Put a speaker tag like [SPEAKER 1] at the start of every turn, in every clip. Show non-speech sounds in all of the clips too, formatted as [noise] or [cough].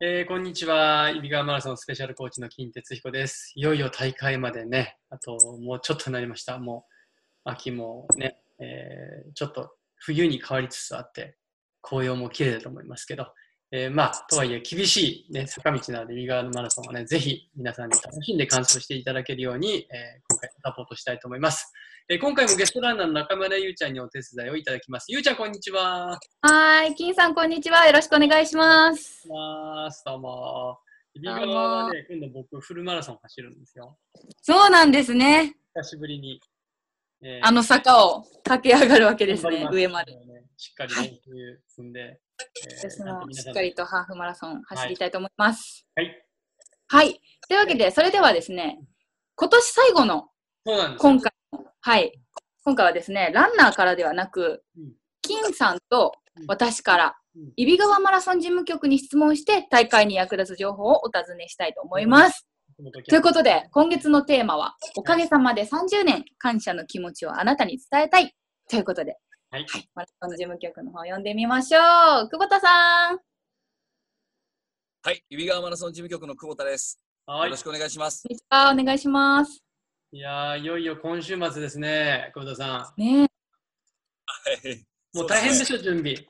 [SPEAKER 1] えーこんにちは。イビガーマラソンスペシャルコーチの金哲彦です。いよいよ大会までね、あともうちょっとになりました。もう秋もね、えーちょっと冬に変わりつつあって、紅葉も綺麗だと思いますけど、えーまあ、とはいえ厳しい、ね、坂道なので、イビガーマラソンはね、ぜひ皆さんに楽しんで完走していただけるように、えー今回サポートしたいと思います、えー今回もゲストランナーの中村ゆうちゃんにお手伝いをいただきます。ゆうちゃん、こんにちは。
[SPEAKER 2] はーい、金さんこんにちは。よろしくお願いします。
[SPEAKER 1] ます。どうも。ビガーはね、今度僕、フルマラソン走るんですよ。
[SPEAKER 2] そうなんですね。
[SPEAKER 1] 久しぶりに。え
[SPEAKER 2] あの坂を駆け上がるわけです
[SPEAKER 1] 頑張り
[SPEAKER 2] ね。
[SPEAKER 1] す
[SPEAKER 2] 上まで。。
[SPEAKER 1] しっかり練習積んで。えー
[SPEAKER 2] 私
[SPEAKER 1] なんて
[SPEAKER 2] も
[SPEAKER 1] 皆
[SPEAKER 2] し
[SPEAKER 1] さん
[SPEAKER 2] っかりとハーフマラソン走りたいと思います。
[SPEAKER 1] はい。
[SPEAKER 2] はい。というわけで、それではですね、今年最後の
[SPEAKER 1] そうなんですよ。
[SPEAKER 2] 今回の、はい。今回はですね、ランナーからではなく
[SPEAKER 1] うん、
[SPEAKER 2] 金さんと
[SPEAKER 1] うん
[SPEAKER 2] 私から
[SPEAKER 1] うん、
[SPEAKER 2] 揖斐川マラソン事務局に質問して、大会に役立つ情報をお尋ねしたいと思います。
[SPEAKER 1] この時
[SPEAKER 2] ということで、今月のテーマは、おかげさまで30年、感謝の気持ちをあなたに伝えたい。ということで、
[SPEAKER 1] はい。
[SPEAKER 2] マラソン事務局の方を読んでみましょう。久保田さん。こ
[SPEAKER 3] はい、指川マラソン事務局の久保田です。
[SPEAKER 1] は
[SPEAKER 3] よろしくお願いします。
[SPEAKER 2] んにちは。お願いします。
[SPEAKER 1] い。いやー、いよいよ今週末ですね、久保田さ
[SPEAKER 2] ねえ
[SPEAKER 3] はい [laughs]
[SPEAKER 1] ん。もう大変で
[SPEAKER 3] し
[SPEAKER 1] しょ、準備。
[SPEAKER 3] ょ。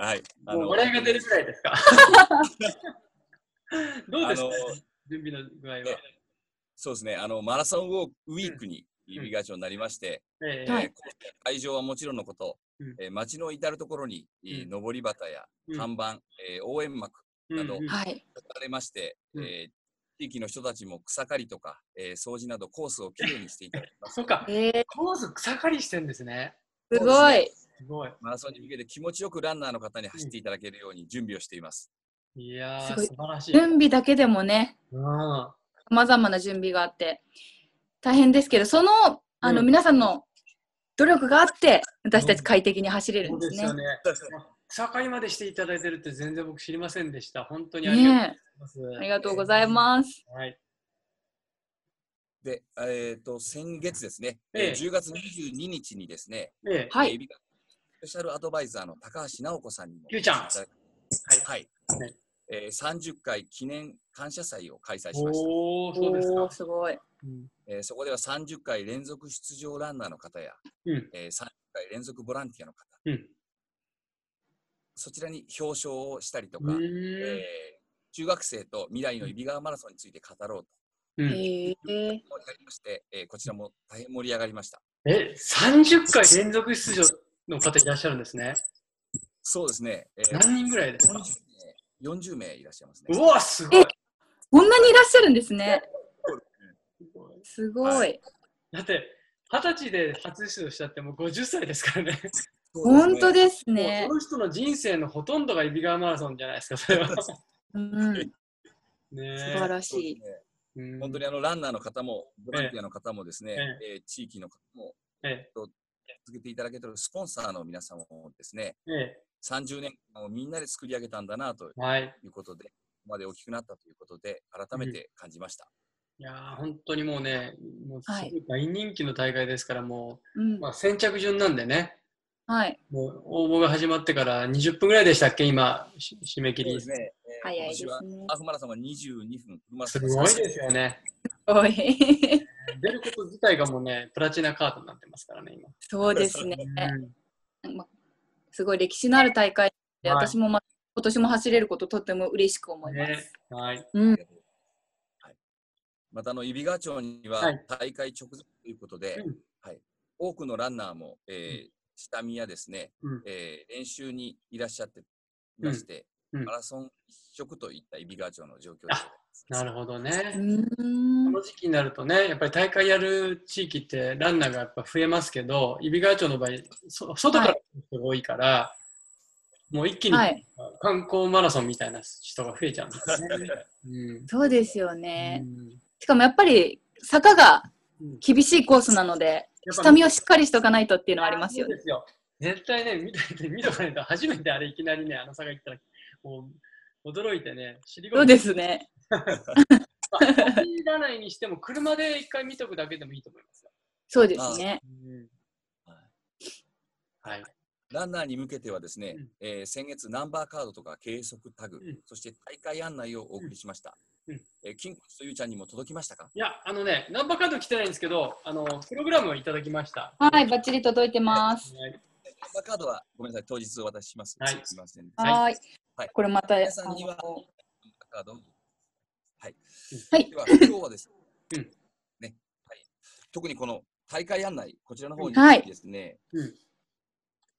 [SPEAKER 3] はい。あ
[SPEAKER 1] もう
[SPEAKER 3] の
[SPEAKER 1] 笑いが出るぐらいですか。 [laughs] どうですか
[SPEAKER 3] あの、
[SPEAKER 1] 準備の具合は。
[SPEAKER 3] そうですね。あのマラソンウォークウィークに
[SPEAKER 1] ん
[SPEAKER 3] 指川町になりまして、
[SPEAKER 1] え
[SPEAKER 2] はい
[SPEAKER 3] えー会場はもちろんのこと、
[SPEAKER 1] うん
[SPEAKER 3] えー街の至るところに、えー
[SPEAKER 1] うん
[SPEAKER 3] 上り旗や
[SPEAKER 1] うん
[SPEAKER 3] 看板、えー応援幕
[SPEAKER 1] うん
[SPEAKER 3] あの
[SPEAKER 1] うん
[SPEAKER 2] はい。
[SPEAKER 3] がされまして、
[SPEAKER 1] うん
[SPEAKER 3] えー地域の人たちも草刈りとか、えー掃除などコースをきれいにしていただきま
[SPEAKER 1] あ [laughs]
[SPEAKER 3] す。
[SPEAKER 1] そっか、
[SPEAKER 2] えー、
[SPEAKER 1] コース草刈りしてんですね。
[SPEAKER 2] すご
[SPEAKER 3] そう
[SPEAKER 2] い。
[SPEAKER 1] すごい。
[SPEAKER 3] マラソンに向けて気持ちよくランナーの方に走っていただけるように準備をしてい
[SPEAKER 1] [laughs]
[SPEAKER 3] ます。
[SPEAKER 1] いやー、
[SPEAKER 2] すごい
[SPEAKER 1] 素晴らしい。
[SPEAKER 2] 準備だけでもね、
[SPEAKER 1] うん。
[SPEAKER 2] 様々な準備があって、大変ですけど、その、あの、
[SPEAKER 1] うん
[SPEAKER 2] 皆さんの努力があって、私たち快適に走れる
[SPEAKER 1] そ
[SPEAKER 2] ん
[SPEAKER 1] う
[SPEAKER 2] で
[SPEAKER 1] ですす
[SPEAKER 2] ね
[SPEAKER 1] よ。ね。草刈りまでしていただいてるって全然僕知りませんでした。本当にありが
[SPEAKER 2] ね
[SPEAKER 1] とうございます。
[SPEAKER 2] え、ありがとうございます。
[SPEAKER 1] す。はい。
[SPEAKER 3] で、えっ、と、先月ですね、
[SPEAKER 1] ええ
[SPEAKER 3] えー10月22日にですね、
[SPEAKER 1] ええ
[SPEAKER 2] はい
[SPEAKER 3] えービカスペシャルアドバイザーの高橋直子さんにも
[SPEAKER 1] ゆうちゃん
[SPEAKER 3] はいはい、
[SPEAKER 1] はい
[SPEAKER 3] えー30回記念感謝祭を開催しました、
[SPEAKER 1] おお、そうです
[SPEAKER 2] お
[SPEAKER 1] か
[SPEAKER 2] ー、。すごい。
[SPEAKER 1] うん。
[SPEAKER 3] えーそこでは30回連続出場ランナーの方や、
[SPEAKER 1] うん。
[SPEAKER 3] えー30回連続ボランティアの方、
[SPEAKER 1] うん。
[SPEAKER 3] そちらに表彰をしたりと
[SPEAKER 1] う
[SPEAKER 3] か、え
[SPEAKER 1] ーん
[SPEAKER 3] ー中学生と未来の指川マラソンについて語ろう
[SPEAKER 1] うん。
[SPEAKER 2] えー、
[SPEAKER 3] とやりまして、えーこちらも大変盛り上がりました。
[SPEAKER 1] え、30回連続出場の方いらっしゃるんですね。
[SPEAKER 3] そうですね、えー
[SPEAKER 1] 何人ぐらいですか
[SPEAKER 3] 40名いらっしゃいますね。
[SPEAKER 1] うわ、すごい。
[SPEAKER 2] こんなにいらっしゃるんですね。すご。
[SPEAKER 3] はい
[SPEAKER 1] だって、二十歳で初出場したってもう50歳ですからね。
[SPEAKER 2] 本当
[SPEAKER 3] で
[SPEAKER 2] です
[SPEAKER 1] もう
[SPEAKER 2] ね
[SPEAKER 1] そ。の人の人生のほとんどがイビガーマラソンじゃないですか、
[SPEAKER 2] [laughs]
[SPEAKER 1] それは。
[SPEAKER 2] うん、素
[SPEAKER 1] ねえ
[SPEAKER 2] 晴らし
[SPEAKER 3] すね
[SPEAKER 2] い。
[SPEAKER 1] うん
[SPEAKER 3] 本当にあのランナーの方も、ボランティアの方もですね、
[SPEAKER 1] え
[SPEAKER 3] えー地域の方も
[SPEAKER 1] え
[SPEAKER 3] 続けていただけてるスポンサーの皆様もですね、
[SPEAKER 1] え、え
[SPEAKER 3] 30年間をみんなで作り上げたんだなとい
[SPEAKER 1] え、はい。
[SPEAKER 3] うことで、ここまで大きくなったということで、改めて感じました。
[SPEAKER 1] いやー本当にもうね、もうす
[SPEAKER 2] はい
[SPEAKER 1] ごい大人気の大会ですから、も
[SPEAKER 2] うん
[SPEAKER 1] う、まあ、先着順なんでね、
[SPEAKER 2] はい。
[SPEAKER 1] もう応募が始まってから20分ぐらいでしたっけ、今、し締め切り。す
[SPEAKER 3] ね、えー
[SPEAKER 2] 早いですね
[SPEAKER 3] 今。年はハーフマラソンは22分、フルマラソン
[SPEAKER 1] ご
[SPEAKER 3] は30
[SPEAKER 1] いですよね。
[SPEAKER 2] お [laughs] い。
[SPEAKER 1] 出ること自体がもうね、プラチナカードになってますからね、今。
[SPEAKER 2] そうですね。
[SPEAKER 1] うん
[SPEAKER 2] ま、すごい歴史のある大会で、
[SPEAKER 1] はい
[SPEAKER 2] 私も、ま、今年も走れることとても嬉しく思います。
[SPEAKER 1] ね、はい。
[SPEAKER 2] うん。
[SPEAKER 3] はいまたあの、揖斐川町には
[SPEAKER 1] はい
[SPEAKER 3] 大会直前ということで、
[SPEAKER 1] うん
[SPEAKER 3] はい、多くのランナーも、えー下見やですね、
[SPEAKER 1] うん
[SPEAKER 3] えー練習にいらっしゃっていまして、
[SPEAKER 1] うんうん
[SPEAKER 3] マラソン一色といった揖斐川町の状況でございます。
[SPEAKER 1] なるほどね。
[SPEAKER 2] う
[SPEAKER 1] こ
[SPEAKER 2] ん。
[SPEAKER 1] の時期になるとね、やっぱり大会やる地域ってランナーがやっぱ増えますけど、揖斐川町の場合、そ外から来る人が多いから、もう一気に
[SPEAKER 2] はい。
[SPEAKER 1] 観光マラソンみたいな人が増えちゃうんですね。うん
[SPEAKER 2] そうですよね。
[SPEAKER 1] うん
[SPEAKER 2] しかもやっぱり、坂が
[SPEAKER 1] うん
[SPEAKER 2] 厳しいコースなので、下見をしっかりしとかないとっていうのはあります
[SPEAKER 1] そ
[SPEAKER 2] よ
[SPEAKER 1] う
[SPEAKER 2] ね。
[SPEAKER 1] ですよ。絶対ね、見て見とかないと、初めてあれいきなりね、あの差が行ったら、もう驚いてね、尻込
[SPEAKER 2] そう
[SPEAKER 1] み
[SPEAKER 2] ですね。
[SPEAKER 1] 走らないにしても、車で一回見とくだけでもいいと思いますよ。
[SPEAKER 2] そうですね。
[SPEAKER 1] うん
[SPEAKER 3] はい
[SPEAKER 1] はい。
[SPEAKER 3] ランナーに向けてはですね、
[SPEAKER 1] うん
[SPEAKER 3] えー先月ナンバーカードとか計測タグ、
[SPEAKER 1] うん
[SPEAKER 3] そして大会案内をお送りしました。
[SPEAKER 1] うんうん
[SPEAKER 3] えー金子とゆうちゃんにも届きましたか
[SPEAKER 1] いや、あのね、ナンバーカード来てないんですけど、あの、プログラムをいただきました。
[SPEAKER 2] はい、バッチリ届いてます。
[SPEAKER 1] はい
[SPEAKER 3] ナンバーカードはごめんなさい、当日お渡しします。
[SPEAKER 1] はい
[SPEAKER 3] すみません。ナン
[SPEAKER 1] はい
[SPEAKER 2] はーい
[SPEAKER 3] はい。
[SPEAKER 2] これまた、あ
[SPEAKER 3] 皆さんに
[SPEAKER 2] の
[SPEAKER 3] はバーカードをはい。
[SPEAKER 2] はい
[SPEAKER 3] では、今日はです
[SPEAKER 1] う
[SPEAKER 3] ね
[SPEAKER 1] ん、
[SPEAKER 3] ねはい、特にこの大会案内、こちらの方に
[SPEAKER 2] はい
[SPEAKER 3] ですね、
[SPEAKER 1] うん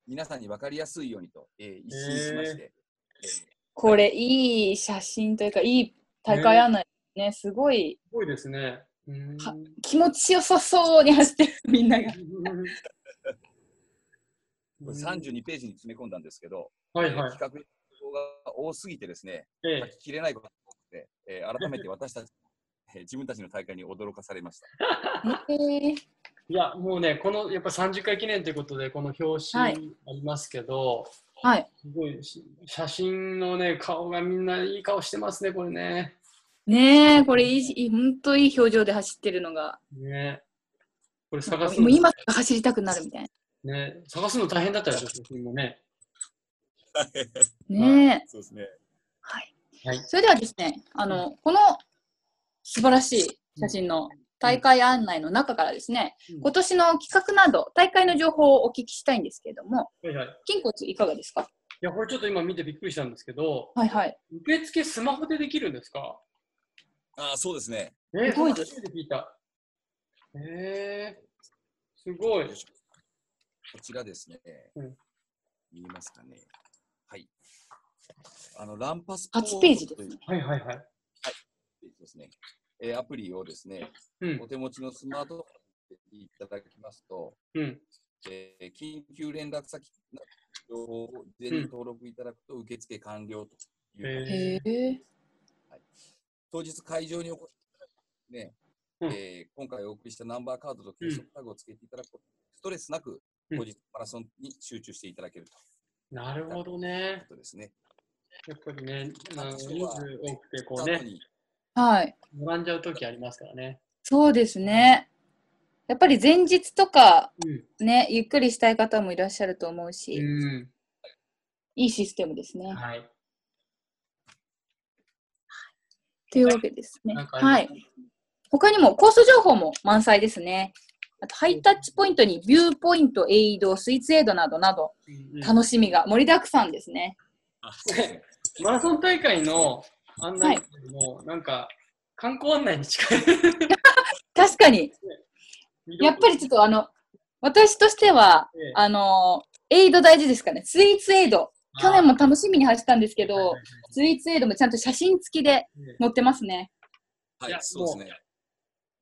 [SPEAKER 3] 皆さんに分かりやすいようにと、えー一新しまして、えー
[SPEAKER 2] これいい写真というか、いい大会案内ね、すごい
[SPEAKER 1] すごいですね。うーん
[SPEAKER 2] は気持ちよさそうに走ってる、みんなが。
[SPEAKER 3] これ32ページに詰め込んだんですけど、
[SPEAKER 1] [laughs] はいはい。
[SPEAKER 3] 企画が多すぎてですね、
[SPEAKER 1] え
[SPEAKER 3] 書
[SPEAKER 1] え
[SPEAKER 3] ききれないことが多くて、えー改めて私たち、えー自分たちの大会に驚かされました。
[SPEAKER 2] えー
[SPEAKER 1] いや、もうね、このやっぱ30回記念ということで、この表紙ありますけど、
[SPEAKER 2] はい。
[SPEAKER 1] すごいし写真のね、顔がみんないい顔してますね、これね。
[SPEAKER 2] ねえ、これいいし、いい本当いい表情で走ってるのが、
[SPEAKER 1] ねこれ探す
[SPEAKER 2] も
[SPEAKER 1] の
[SPEAKER 2] う、今走りたくなるみたい
[SPEAKER 1] ね、探すの大変だったでしょ、写真もね。
[SPEAKER 2] な。ねえ。
[SPEAKER 3] [laughs] そうですね。
[SPEAKER 2] はい。
[SPEAKER 1] はい
[SPEAKER 2] それではですね、あの、この素晴らしい写真の大会案内の中からですね、
[SPEAKER 1] うん
[SPEAKER 2] 今年の企画など、大会の情報をお聞きしたいんですけれども、
[SPEAKER 1] はいはい。い
[SPEAKER 2] 金骨いかがですか
[SPEAKER 1] や、これちょっと今見てびっくりしたんですけど、
[SPEAKER 2] はいはい。
[SPEAKER 1] 受付スマホでできるんですか
[SPEAKER 3] あーそうですね。
[SPEAKER 1] えー、
[SPEAKER 2] すごいです
[SPEAKER 1] 初めて聞いた。えー、すごい
[SPEAKER 3] よい。しょこちらですね、
[SPEAKER 1] うん
[SPEAKER 3] 見えますかね。はい。あの、ランパスポー
[SPEAKER 2] 8ページです
[SPEAKER 3] という
[SPEAKER 2] ね。
[SPEAKER 1] はいはいはい。
[SPEAKER 3] ページですね。えーアプリをですね、
[SPEAKER 1] うん
[SPEAKER 3] お。手持ちのスマートフォンでいただきますと、
[SPEAKER 1] うん。
[SPEAKER 3] えー緊急連絡先の情報を事前に登録いただくと受付完了という、
[SPEAKER 1] え
[SPEAKER 2] へえ。
[SPEAKER 3] 当日会場にお越しいただいてね、
[SPEAKER 1] うん
[SPEAKER 3] えー今回お送りしたナンバーカードと計測タグをつけていただくと、ストレスなく
[SPEAKER 1] うん
[SPEAKER 3] 当日マラソンに集中していただける
[SPEAKER 1] なるほど
[SPEAKER 3] という
[SPEAKER 1] ね
[SPEAKER 3] こ。とですね。
[SPEAKER 1] やっぱりね、あの
[SPEAKER 3] あ
[SPEAKER 1] 人
[SPEAKER 3] と
[SPEAKER 1] 数
[SPEAKER 3] は
[SPEAKER 1] 多くて、こ
[SPEAKER 3] ス
[SPEAKER 1] う
[SPEAKER 3] タート
[SPEAKER 1] ね、
[SPEAKER 3] に
[SPEAKER 2] はい。
[SPEAKER 1] 並んじゃう時ありますからね。
[SPEAKER 2] そうですね。やっぱり前日とか、
[SPEAKER 1] うん。
[SPEAKER 2] ね、ゆっくりしたい方もいらっしゃると思うし、
[SPEAKER 1] う
[SPEAKER 2] いいシステムですね
[SPEAKER 1] ん。。はい。
[SPEAKER 2] というわけですね。
[SPEAKER 1] なんかあ
[SPEAKER 2] は
[SPEAKER 1] り
[SPEAKER 2] い。他にもコース情報も満載ですね。あとハイタッチポイントにビューポイント、エイド、スイーツエイドなどなど
[SPEAKER 1] うんうん
[SPEAKER 2] 楽しみが盛りだくさんですね。
[SPEAKER 3] あそうですね
[SPEAKER 1] マラソン大会の案内よりも、なんか、観光案内に近い。
[SPEAKER 2] 確かに、 [laughs] やっぱりちょっとあの、私としては、
[SPEAKER 1] ええ
[SPEAKER 2] あの、エイド大事ですかね。スイーツエイド。去年も楽しみに走ったんですけ
[SPEAKER 1] はいはい
[SPEAKER 2] ど
[SPEAKER 1] はい、
[SPEAKER 2] スイーツエイドもちゃんと写真付きで
[SPEAKER 1] ね
[SPEAKER 2] 載ってますね。
[SPEAKER 3] はいい
[SPEAKER 1] や、
[SPEAKER 3] そうですね。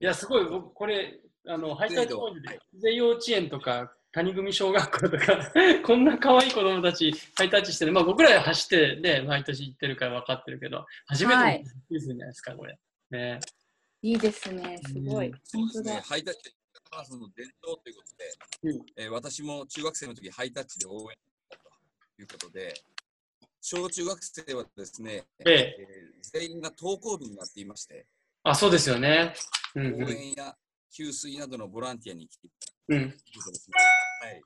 [SPEAKER 1] いや、すごい、僕、これ、あの、ハイタッチポイント
[SPEAKER 3] は
[SPEAKER 1] で
[SPEAKER 3] い、
[SPEAKER 1] で幼稚園とか、谷組小学校とか、 [laughs] こんな可愛い子供たち、ハイタッチしてる、まあ、僕ら走ってね、毎年行ってるから分かってるけど、初めて
[SPEAKER 2] は
[SPEAKER 1] の
[SPEAKER 2] い
[SPEAKER 1] シーズンじゃないですか、これ。ね。
[SPEAKER 2] いいですね。すご
[SPEAKER 1] う
[SPEAKER 2] い
[SPEAKER 1] ん。
[SPEAKER 3] そう
[SPEAKER 2] 本
[SPEAKER 3] で
[SPEAKER 2] 当
[SPEAKER 3] すね
[SPEAKER 2] だ。
[SPEAKER 3] ハイタッチマラソンの伝統ということで、えー私も中学生の時ハイタッチで応援したということで、小中学生はですね、
[SPEAKER 1] え
[SPEAKER 3] えー全員が登校日になっていまして、
[SPEAKER 1] あ、そうですよね。うん、う
[SPEAKER 3] 応
[SPEAKER 1] ん。
[SPEAKER 3] 援や給水などのボランティアに来ていた
[SPEAKER 1] うん、
[SPEAKER 3] ということですね。はい、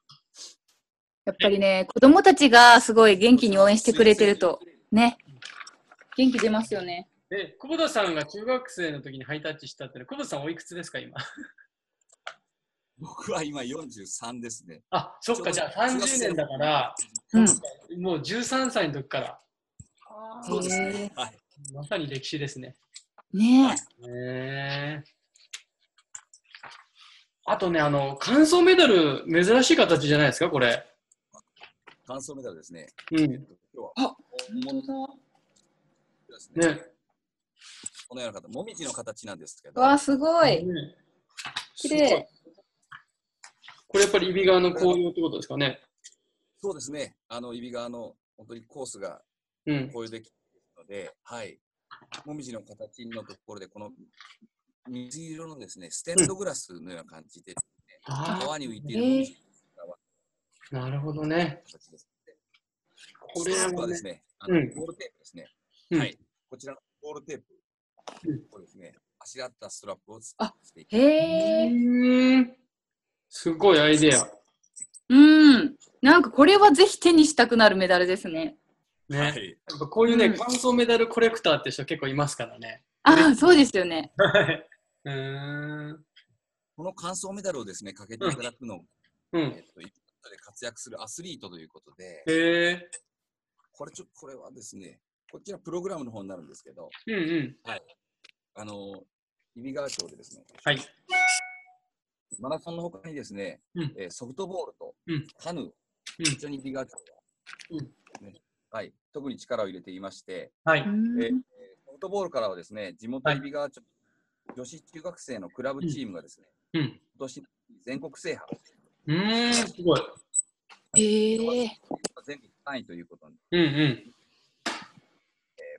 [SPEAKER 2] やっぱりね、子供たちがすごい元気に応援してくれてると、ね、元気出ますよね。
[SPEAKER 1] で、久保田さんが中学生の時にハイタッチしたってのは、久保田さんおいくつですか、今。
[SPEAKER 3] 僕は今43ですね。
[SPEAKER 1] [laughs] あ、そっか、じゃあ30年だから、
[SPEAKER 2] うん。
[SPEAKER 1] もう13歳の時から。
[SPEAKER 3] そうですね。はい。
[SPEAKER 1] まさに歴史ですね。
[SPEAKER 2] ね
[SPEAKER 1] ねえあとね、あの、乾燥メダル、珍しい形じゃないですか、これ。
[SPEAKER 3] 感想メダルですね。
[SPEAKER 1] う
[SPEAKER 3] えっ
[SPEAKER 1] ん。
[SPEAKER 2] え。
[SPEAKER 3] と今日は
[SPEAKER 2] あ、本当
[SPEAKER 3] ですね
[SPEAKER 1] ね。
[SPEAKER 3] このような形、もみじの形なんですけ
[SPEAKER 2] だ。
[SPEAKER 3] ど、
[SPEAKER 2] わあ、すごい。
[SPEAKER 1] ね
[SPEAKER 2] 綺麗。
[SPEAKER 1] これやっぱり指側の紅葉ってことですかね。
[SPEAKER 3] そうですね。あの指側の本当にコースが
[SPEAKER 1] うん。
[SPEAKER 3] こういうできているので、はい。もみじの形のところで、この水色のですね、ステンドグラスのような感じで、
[SPEAKER 1] あ
[SPEAKER 3] 川に浮いているもみじの
[SPEAKER 1] あ、なるほどね。
[SPEAKER 3] 形です。
[SPEAKER 1] こ
[SPEAKER 3] これ
[SPEAKER 1] れ
[SPEAKER 3] は
[SPEAKER 1] は
[SPEAKER 3] で
[SPEAKER 1] ね
[SPEAKER 3] す。ね、あ
[SPEAKER 1] う
[SPEAKER 3] の
[SPEAKER 1] ん
[SPEAKER 3] ゴールテープですね。
[SPEAKER 1] うん
[SPEAKER 3] はい。こちらのゴールテープ
[SPEAKER 1] うん、
[SPEAKER 3] これですね、あしらったストラップをつ
[SPEAKER 2] あ
[SPEAKER 3] していき
[SPEAKER 2] へえ。
[SPEAKER 1] うーんすごいアイデア。
[SPEAKER 2] うん。なんかこれはぜひ手にしたくなるメダルですね。
[SPEAKER 1] ね、
[SPEAKER 3] は
[SPEAKER 1] や
[SPEAKER 3] い。
[SPEAKER 1] っぱこういうね、
[SPEAKER 2] うん
[SPEAKER 1] 感想メダルコレクターって人結構いますからね。
[SPEAKER 2] ああ、そうですよね。
[SPEAKER 1] はい。うーん。
[SPEAKER 3] この感想メダルをですね、かけていただくのが、
[SPEAKER 1] うん。
[SPEAKER 3] えっと、イベントで活躍するアスリートということで、
[SPEAKER 1] へえ。
[SPEAKER 3] これちょっと、これはですね、こっちはプログラムの方になるんですけど、
[SPEAKER 1] うんうん。
[SPEAKER 3] あの、揖斐川町でですね、
[SPEAKER 1] はい。
[SPEAKER 3] マラソンの他にですね、
[SPEAKER 1] うん
[SPEAKER 3] えーソフトボールと
[SPEAKER 1] うん
[SPEAKER 3] カヌー、
[SPEAKER 1] うん
[SPEAKER 3] 非常に揖斐川町が、ねはい、特に力を入れていまして、
[SPEAKER 1] は
[SPEAKER 2] う
[SPEAKER 1] い。
[SPEAKER 2] ん
[SPEAKER 3] えーソフトボールからはですね、地元揖斐川町、女子中学生のクラブチームがですね、
[SPEAKER 1] うん。
[SPEAKER 3] 今年全国制覇、
[SPEAKER 1] うーん、すごい。
[SPEAKER 2] へえ。
[SPEAKER 3] 全国3位ということに、
[SPEAKER 1] うんうん。
[SPEAKER 3] えー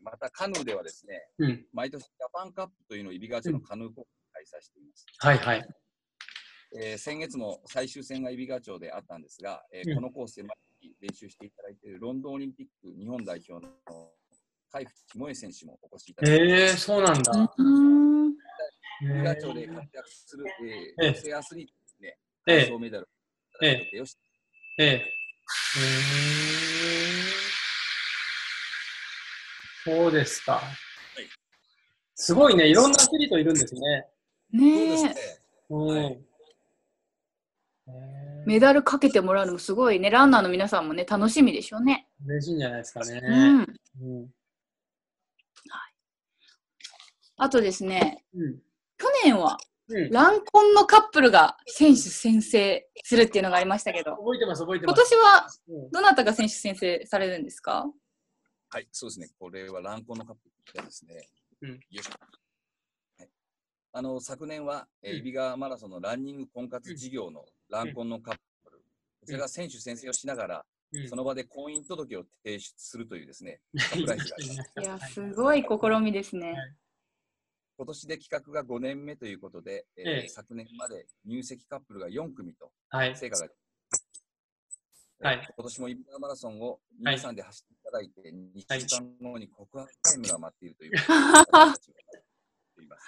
[SPEAKER 3] またカヌーではですね、
[SPEAKER 1] うん。
[SPEAKER 3] 毎年ジャパンカップというのを揖斐川町のカヌー国開催しています。
[SPEAKER 1] はいはい。
[SPEAKER 3] えー先月も最終戦が揖斐川町であったんですが、えー
[SPEAKER 1] うん
[SPEAKER 3] このコースで毎日練習していただいているロンドンオリンピック日本代表の海部智恵選手もお越しいただいてい
[SPEAKER 1] へえ、
[SPEAKER 3] ます、
[SPEAKER 1] そうなんだ。
[SPEAKER 2] うん。
[SPEAKER 3] 揖斐
[SPEAKER 1] へ
[SPEAKER 3] 川
[SPEAKER 1] え
[SPEAKER 3] 町で活躍する、え
[SPEAKER 1] ええ
[SPEAKER 3] ー、女性アスリートですね、
[SPEAKER 1] ええ
[SPEAKER 3] 感想メダルをいただいてよし、
[SPEAKER 1] ええ。へえ。そうですか。すごいね、いろんなアスリートいるんですね。
[SPEAKER 2] ねえ。
[SPEAKER 3] ね。
[SPEAKER 1] うん。
[SPEAKER 3] はい
[SPEAKER 1] へえ
[SPEAKER 2] メダルかけてもらうのもすごいね。ランナーの皆さんもね、楽しみでしょうね。
[SPEAKER 1] 嬉しいんじゃないですかね。
[SPEAKER 2] うん。
[SPEAKER 1] うん。
[SPEAKER 2] あとですね、
[SPEAKER 1] うん。
[SPEAKER 2] 去年は
[SPEAKER 1] うん、
[SPEAKER 2] ランコンのカップルが選手宣誓するっていうのがありましたけど、
[SPEAKER 1] 覚えてます、覚えて
[SPEAKER 2] 今
[SPEAKER 1] ます。
[SPEAKER 2] 年は
[SPEAKER 1] うん
[SPEAKER 2] どなたが選手宣誓されるんですか
[SPEAKER 3] はい、そうですね、これはランコンのカップがですね、
[SPEAKER 1] うん
[SPEAKER 3] よいしょはいあの昨年は、え
[SPEAKER 1] うん
[SPEAKER 3] ー、揖斐川マラソンのランニング婚活事業のランコンのカップル、こちらが選手宣誓をしながら、
[SPEAKER 1] うん
[SPEAKER 3] その場で婚姻届を提出するとい
[SPEAKER 1] [laughs]
[SPEAKER 3] うですね、サプライズがあります。
[SPEAKER 2] いや、すごい試みですね。
[SPEAKER 3] 今年で企画が5年目ということで、えー
[SPEAKER 1] ええ
[SPEAKER 3] 昨年まで入籍カップルが4組と
[SPEAKER 1] はい。
[SPEAKER 3] 成果が、
[SPEAKER 1] はい
[SPEAKER 3] えー今年もインターマラソンを皆さんで走っていただいて、2週間後に告白タイムが待っている
[SPEAKER 1] [laughs]
[SPEAKER 3] ということで、私たちは言います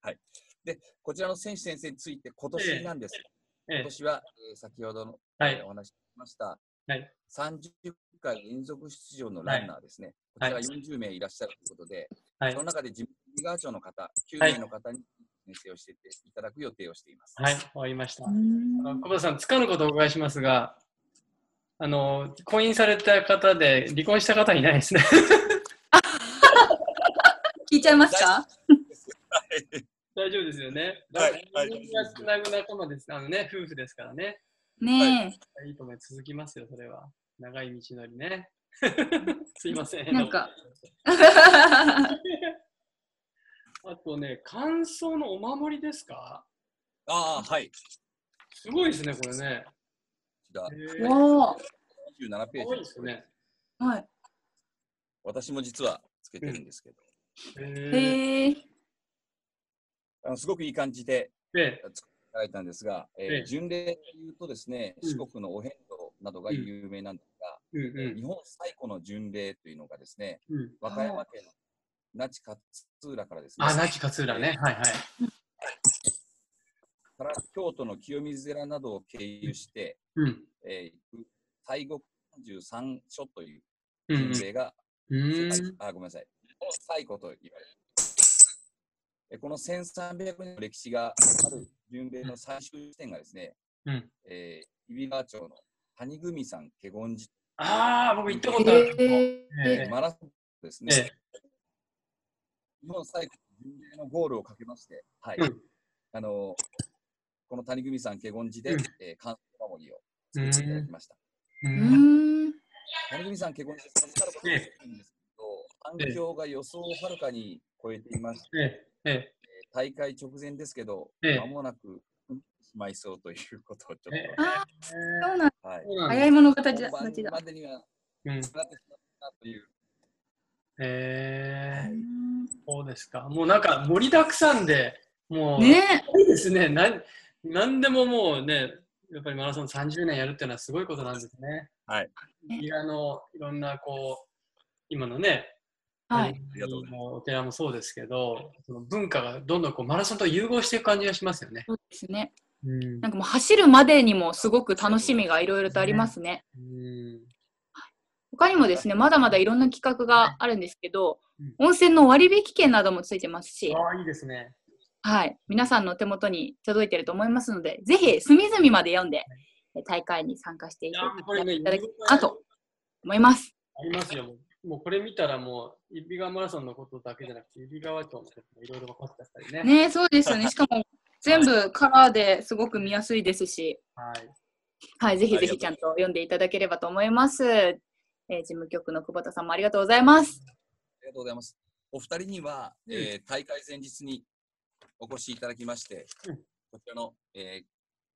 [SPEAKER 3] はい、でこちらの選手先生について、今年なんですが、
[SPEAKER 1] え
[SPEAKER 3] 今
[SPEAKER 1] え
[SPEAKER 3] 年は、えー先ほどの、
[SPEAKER 1] は
[SPEAKER 3] えー
[SPEAKER 1] い。
[SPEAKER 3] お話ししました、
[SPEAKER 1] はい
[SPEAKER 3] 30回連続出場のランナーですね、
[SPEAKER 1] はい
[SPEAKER 3] こちら40名いらっしゃるということで、
[SPEAKER 1] はい
[SPEAKER 3] その。中で自分の側長の方、9
[SPEAKER 1] はい
[SPEAKER 3] 名の方に先生をしていただく予定をしています。
[SPEAKER 1] はい。終わりました
[SPEAKER 2] う。ん
[SPEAKER 1] あの久保田さん、つかぬことをお伺いしますが、あの、婚姻された方で離婚した方いない
[SPEAKER 3] [laughs]
[SPEAKER 1] ですね。
[SPEAKER 2] [laughs] 聞いちゃいますか
[SPEAKER 1] 大丈夫ですよね。
[SPEAKER 3] はいはい
[SPEAKER 1] みんなつなぐ仲間です。あのね、夫婦ですからね。
[SPEAKER 2] ね
[SPEAKER 1] いいと思います続きますよ、それは。長い道のりね。 [laughs] すいませ
[SPEAKER 2] え、
[SPEAKER 1] ん。
[SPEAKER 2] なんか。
[SPEAKER 1] あとね、感想のお守りですか
[SPEAKER 3] ああ、はい。こ
[SPEAKER 1] すごいですね、これね。
[SPEAKER 3] ちら、
[SPEAKER 1] へー
[SPEAKER 2] [laughs] おお。
[SPEAKER 3] 27ペ
[SPEAKER 1] かわいい
[SPEAKER 3] ー
[SPEAKER 1] で
[SPEAKER 3] ジ、
[SPEAKER 1] すよね。
[SPEAKER 2] はい。
[SPEAKER 3] 私も実はつけてるんですけど、
[SPEAKER 1] へえ。
[SPEAKER 2] へえ。
[SPEAKER 3] あのすごくいい感じで
[SPEAKER 1] で、
[SPEAKER 3] 作っていただいたんですが、えー
[SPEAKER 1] ええ
[SPEAKER 3] 巡礼で言うとですね、
[SPEAKER 1] うん
[SPEAKER 3] 四国のお遍路などが有名なんですが、
[SPEAKER 1] うん
[SPEAKER 3] 日本最古の巡礼というのがですね、
[SPEAKER 1] うん。うん、
[SPEAKER 3] 和歌山県の那智勝浦からですね、
[SPEAKER 1] あ、那智勝浦ね。はいはい。
[SPEAKER 3] から京都の清水寺などを経由して、
[SPEAKER 1] うん。
[SPEAKER 3] えー、行く西国33所という
[SPEAKER 1] うん
[SPEAKER 3] 巡礼が、
[SPEAKER 1] う
[SPEAKER 3] 世
[SPEAKER 1] ん。う
[SPEAKER 3] 界
[SPEAKER 1] ーん。
[SPEAKER 3] あごめんなさい、最古と言われる。えーこの1300年の歴史がある巡礼の最終地点がですね、
[SPEAKER 1] うん
[SPEAKER 3] えー、揖斐川町の谷組さん華厳寺、
[SPEAKER 1] ああ、僕行ったことある。
[SPEAKER 2] へえ。
[SPEAKER 3] マラソンですね、
[SPEAKER 1] え
[SPEAKER 3] 日本最古の巡礼のゴールをかけまして、はい
[SPEAKER 1] うん
[SPEAKER 3] あのーこの谷組さん華厳寺
[SPEAKER 1] う
[SPEAKER 3] で、
[SPEAKER 1] ん
[SPEAKER 3] えー、関東守りを作っていただきました。
[SPEAKER 1] え。う。
[SPEAKER 2] うんん。
[SPEAKER 3] 成組さん、結婚して授かることができるんですけど、反響が予想をはるかに超えていまして、
[SPEAKER 1] ええ。え
[SPEAKER 3] 大会直前ですけど、
[SPEAKER 1] ええ
[SPEAKER 3] 間もなく、うんしまいそうということをちょ
[SPEAKER 1] ええ
[SPEAKER 3] っ
[SPEAKER 2] あ
[SPEAKER 1] え。
[SPEAKER 2] そうなん
[SPEAKER 3] と、はい。
[SPEAKER 1] そうなん
[SPEAKER 2] 早
[SPEAKER 1] だ
[SPEAKER 2] い。物語
[SPEAKER 3] 本番
[SPEAKER 2] ちだ
[SPEAKER 3] ま。でには、
[SPEAKER 1] うん。
[SPEAKER 3] なってしまったという、
[SPEAKER 1] ええ。
[SPEAKER 2] うん
[SPEAKER 1] そうですか。もうなんか盛りだくさんで、もう、
[SPEAKER 2] ね
[SPEAKER 1] いいですね。なん、なんでももうね、やっぱりマラソン30年やるっていうのはすごいことなんですね。
[SPEAKER 3] はい。
[SPEAKER 1] いやあの、いろんなこう、今のね、
[SPEAKER 2] え。はい。
[SPEAKER 3] ありがとうござい
[SPEAKER 1] お寺もそうですけど、その文化がどんどんこうマラソンと融合していく感じがしますよね。
[SPEAKER 2] そうですね。
[SPEAKER 1] うん
[SPEAKER 2] なんかもう走るまでにもすごく楽しみがいろいろとありますね。
[SPEAKER 1] うん
[SPEAKER 2] 他にもですね、まだまだいろんな企画があるんですけど、温泉の割引券などもついてますし、
[SPEAKER 1] ああ、いいですね。
[SPEAKER 2] はい、皆さんのお手元に届いてると思いますので、ぜひ隅々まで読んで、え大会に参加してい
[SPEAKER 1] いやー、これ
[SPEAKER 2] ただ
[SPEAKER 1] ね、
[SPEAKER 2] きたいと
[SPEAKER 1] あ
[SPEAKER 2] なと思います。
[SPEAKER 1] ありますよ。もうこれ見たらもう、指川マラソンのことだけじゃなくて、指川町のこともいろいろ分かっちゃったりね。
[SPEAKER 2] ね、そうですよね。しかも全部カラーですごく見やすいですし、
[SPEAKER 1] はい。
[SPEAKER 2] はい、ぜひぜひちゃんと読んでいただければと思います。えー事務局の久保田さんもありがとうございます。
[SPEAKER 3] ありがとうございます。お二人には、
[SPEAKER 1] うん
[SPEAKER 3] えー大会前日にお越しいただきまして、
[SPEAKER 1] うん
[SPEAKER 3] こちらの、えー、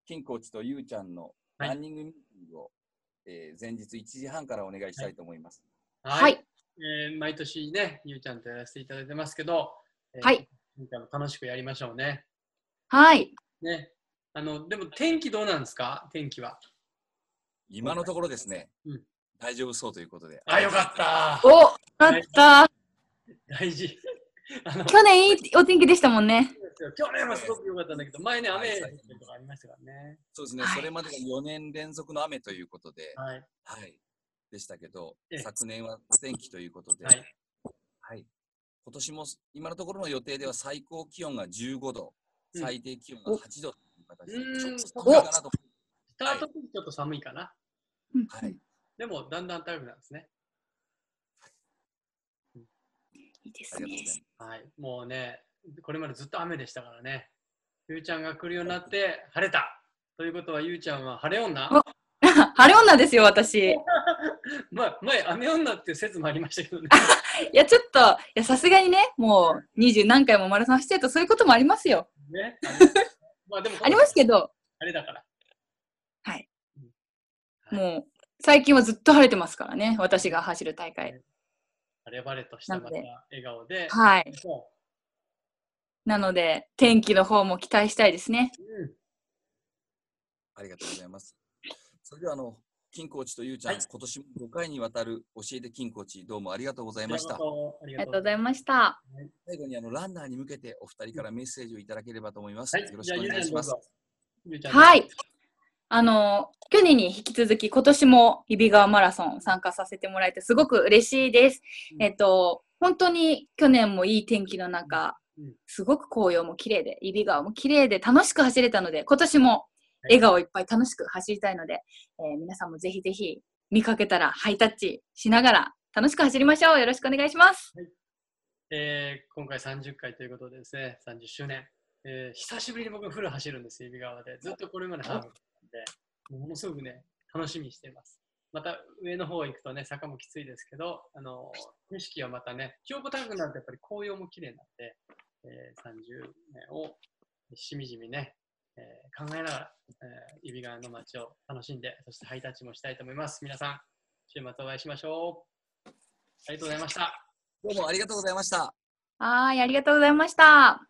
[SPEAKER 3] 金コーチとゆうちゃんの
[SPEAKER 1] はい
[SPEAKER 3] ランニングミーティングを、えー前日1時半からお願いしたいと思います。
[SPEAKER 2] はい、
[SPEAKER 1] えー毎年ね、ゆうちゃんとやらせていただいてますけど、えー
[SPEAKER 2] はい。
[SPEAKER 1] 今回も楽しくやりましょうね。
[SPEAKER 2] はい、
[SPEAKER 1] ね。あの、でも天気どうなんですか天気は。
[SPEAKER 3] 今のところですね、
[SPEAKER 1] うん
[SPEAKER 3] 大丈夫そうということで。
[SPEAKER 1] あ、よかった
[SPEAKER 2] お、だった。
[SPEAKER 1] 大事。あの、
[SPEAKER 2] 去年いいお天気でしたもんね。
[SPEAKER 1] 去年はすごく良かったんだけど、前ね、雨
[SPEAKER 3] はい
[SPEAKER 1] とかありましたからね。
[SPEAKER 3] そうですね、
[SPEAKER 2] はい
[SPEAKER 3] それまでが4年連続の雨ということで、
[SPEAKER 1] はい。
[SPEAKER 3] はい、でしたけど
[SPEAKER 1] ええ、
[SPEAKER 3] 昨年は天気ということで、
[SPEAKER 1] はい。
[SPEAKER 3] はい、今年も今のところの予定では最高気温が15度、
[SPEAKER 1] うん
[SPEAKER 3] 最低気温が8度という形で、
[SPEAKER 1] うん
[SPEAKER 3] ちょっと寒いかなと、
[SPEAKER 1] スタート時ちょっと寒いかな。
[SPEAKER 3] はい、
[SPEAKER 1] でも、だんだん暖かくなるんですね。
[SPEAKER 2] いいですね
[SPEAKER 3] ありがとうございま。す。
[SPEAKER 1] はい、もうね、これまでずっと雨でしたからね、ゆうちゃんが来るようになって晴れたということは、ゆうちゃんは晴れ女
[SPEAKER 2] お [laughs] 晴れ女ですよ、私。い
[SPEAKER 1] まあ、前、雨女っていう説もありましたけどね。
[SPEAKER 2] や、ちょっと、いや、さすがにね、もう二十何回もマラソンしてると、そういうこともありますよ。
[SPEAKER 1] ねあのまあでも、
[SPEAKER 2] ありますけど、
[SPEAKER 1] 晴れだから。
[SPEAKER 2] はい
[SPEAKER 1] うん。はい
[SPEAKER 2] もう、最近はずっと晴れてますからね、私が走る大会。
[SPEAKER 1] 晴れ晴れとしたまた
[SPEAKER 2] なん
[SPEAKER 1] 笑
[SPEAKER 2] で
[SPEAKER 1] 顔で。
[SPEAKER 2] はい。
[SPEAKER 1] そ
[SPEAKER 2] なので、天気の方も期待したいですね。
[SPEAKER 1] ううん
[SPEAKER 3] ありがとうございます。それではあの金コーチとゆうちゃん、
[SPEAKER 1] はい
[SPEAKER 3] 今年も5回にわたる教えて金コーチどうもありがとうございました。
[SPEAKER 1] こちらこそあり
[SPEAKER 2] あ
[SPEAKER 1] が
[SPEAKER 2] り
[SPEAKER 1] と
[SPEAKER 2] が
[SPEAKER 1] うござ
[SPEAKER 2] とうござ
[SPEAKER 1] い
[SPEAKER 2] い
[SPEAKER 1] ま
[SPEAKER 2] ました。
[SPEAKER 3] 最後にあのランナーに向けてお二人からメッセージをいただければと思います。
[SPEAKER 1] す。はい
[SPEAKER 3] よろし
[SPEAKER 1] じゃ
[SPEAKER 3] く
[SPEAKER 1] あ
[SPEAKER 3] お
[SPEAKER 1] ゆう
[SPEAKER 3] 願い
[SPEAKER 1] ちゃん
[SPEAKER 3] し
[SPEAKER 1] ど
[SPEAKER 3] ま
[SPEAKER 1] う
[SPEAKER 3] す。
[SPEAKER 1] ぞゆうちゃんどうぞ
[SPEAKER 2] はい。あの、去年に引き続き、今年も指川マラソン参加させてもらえて、すごく嬉しいです。
[SPEAKER 1] うん
[SPEAKER 2] えっと、本当に去年もいい天気の中
[SPEAKER 1] うんうん、
[SPEAKER 2] すごく紅葉も綺麗で、指川も綺麗で楽しく走れたので、今年も笑顔いっぱい楽しく走りたいので、えー皆さんもぜひぜひ見かけたらハイタッチしながら楽しく走りましょう。よろしくお願いします。
[SPEAKER 1] えー今回30回ということでですね、30周年。えー久しぶりに僕がフル走るんです、指川で。ずっとこれまでハーフだったんで、ものすごくね、楽しみにしています。また上の方行くとね、坂もきついですけど、あのー景色はまたね、標高高くなるとやっぱり紅葉も綺麗なんで、えー30年をしみじみね、えー考えながら、えー指川の街を楽しんで、そしてハイタッチもしたいと思います。皆さん、週末お会いしましょう。ありがとうございました。
[SPEAKER 3] どうもありがとうございました。
[SPEAKER 2] はーい、ありがとうございました。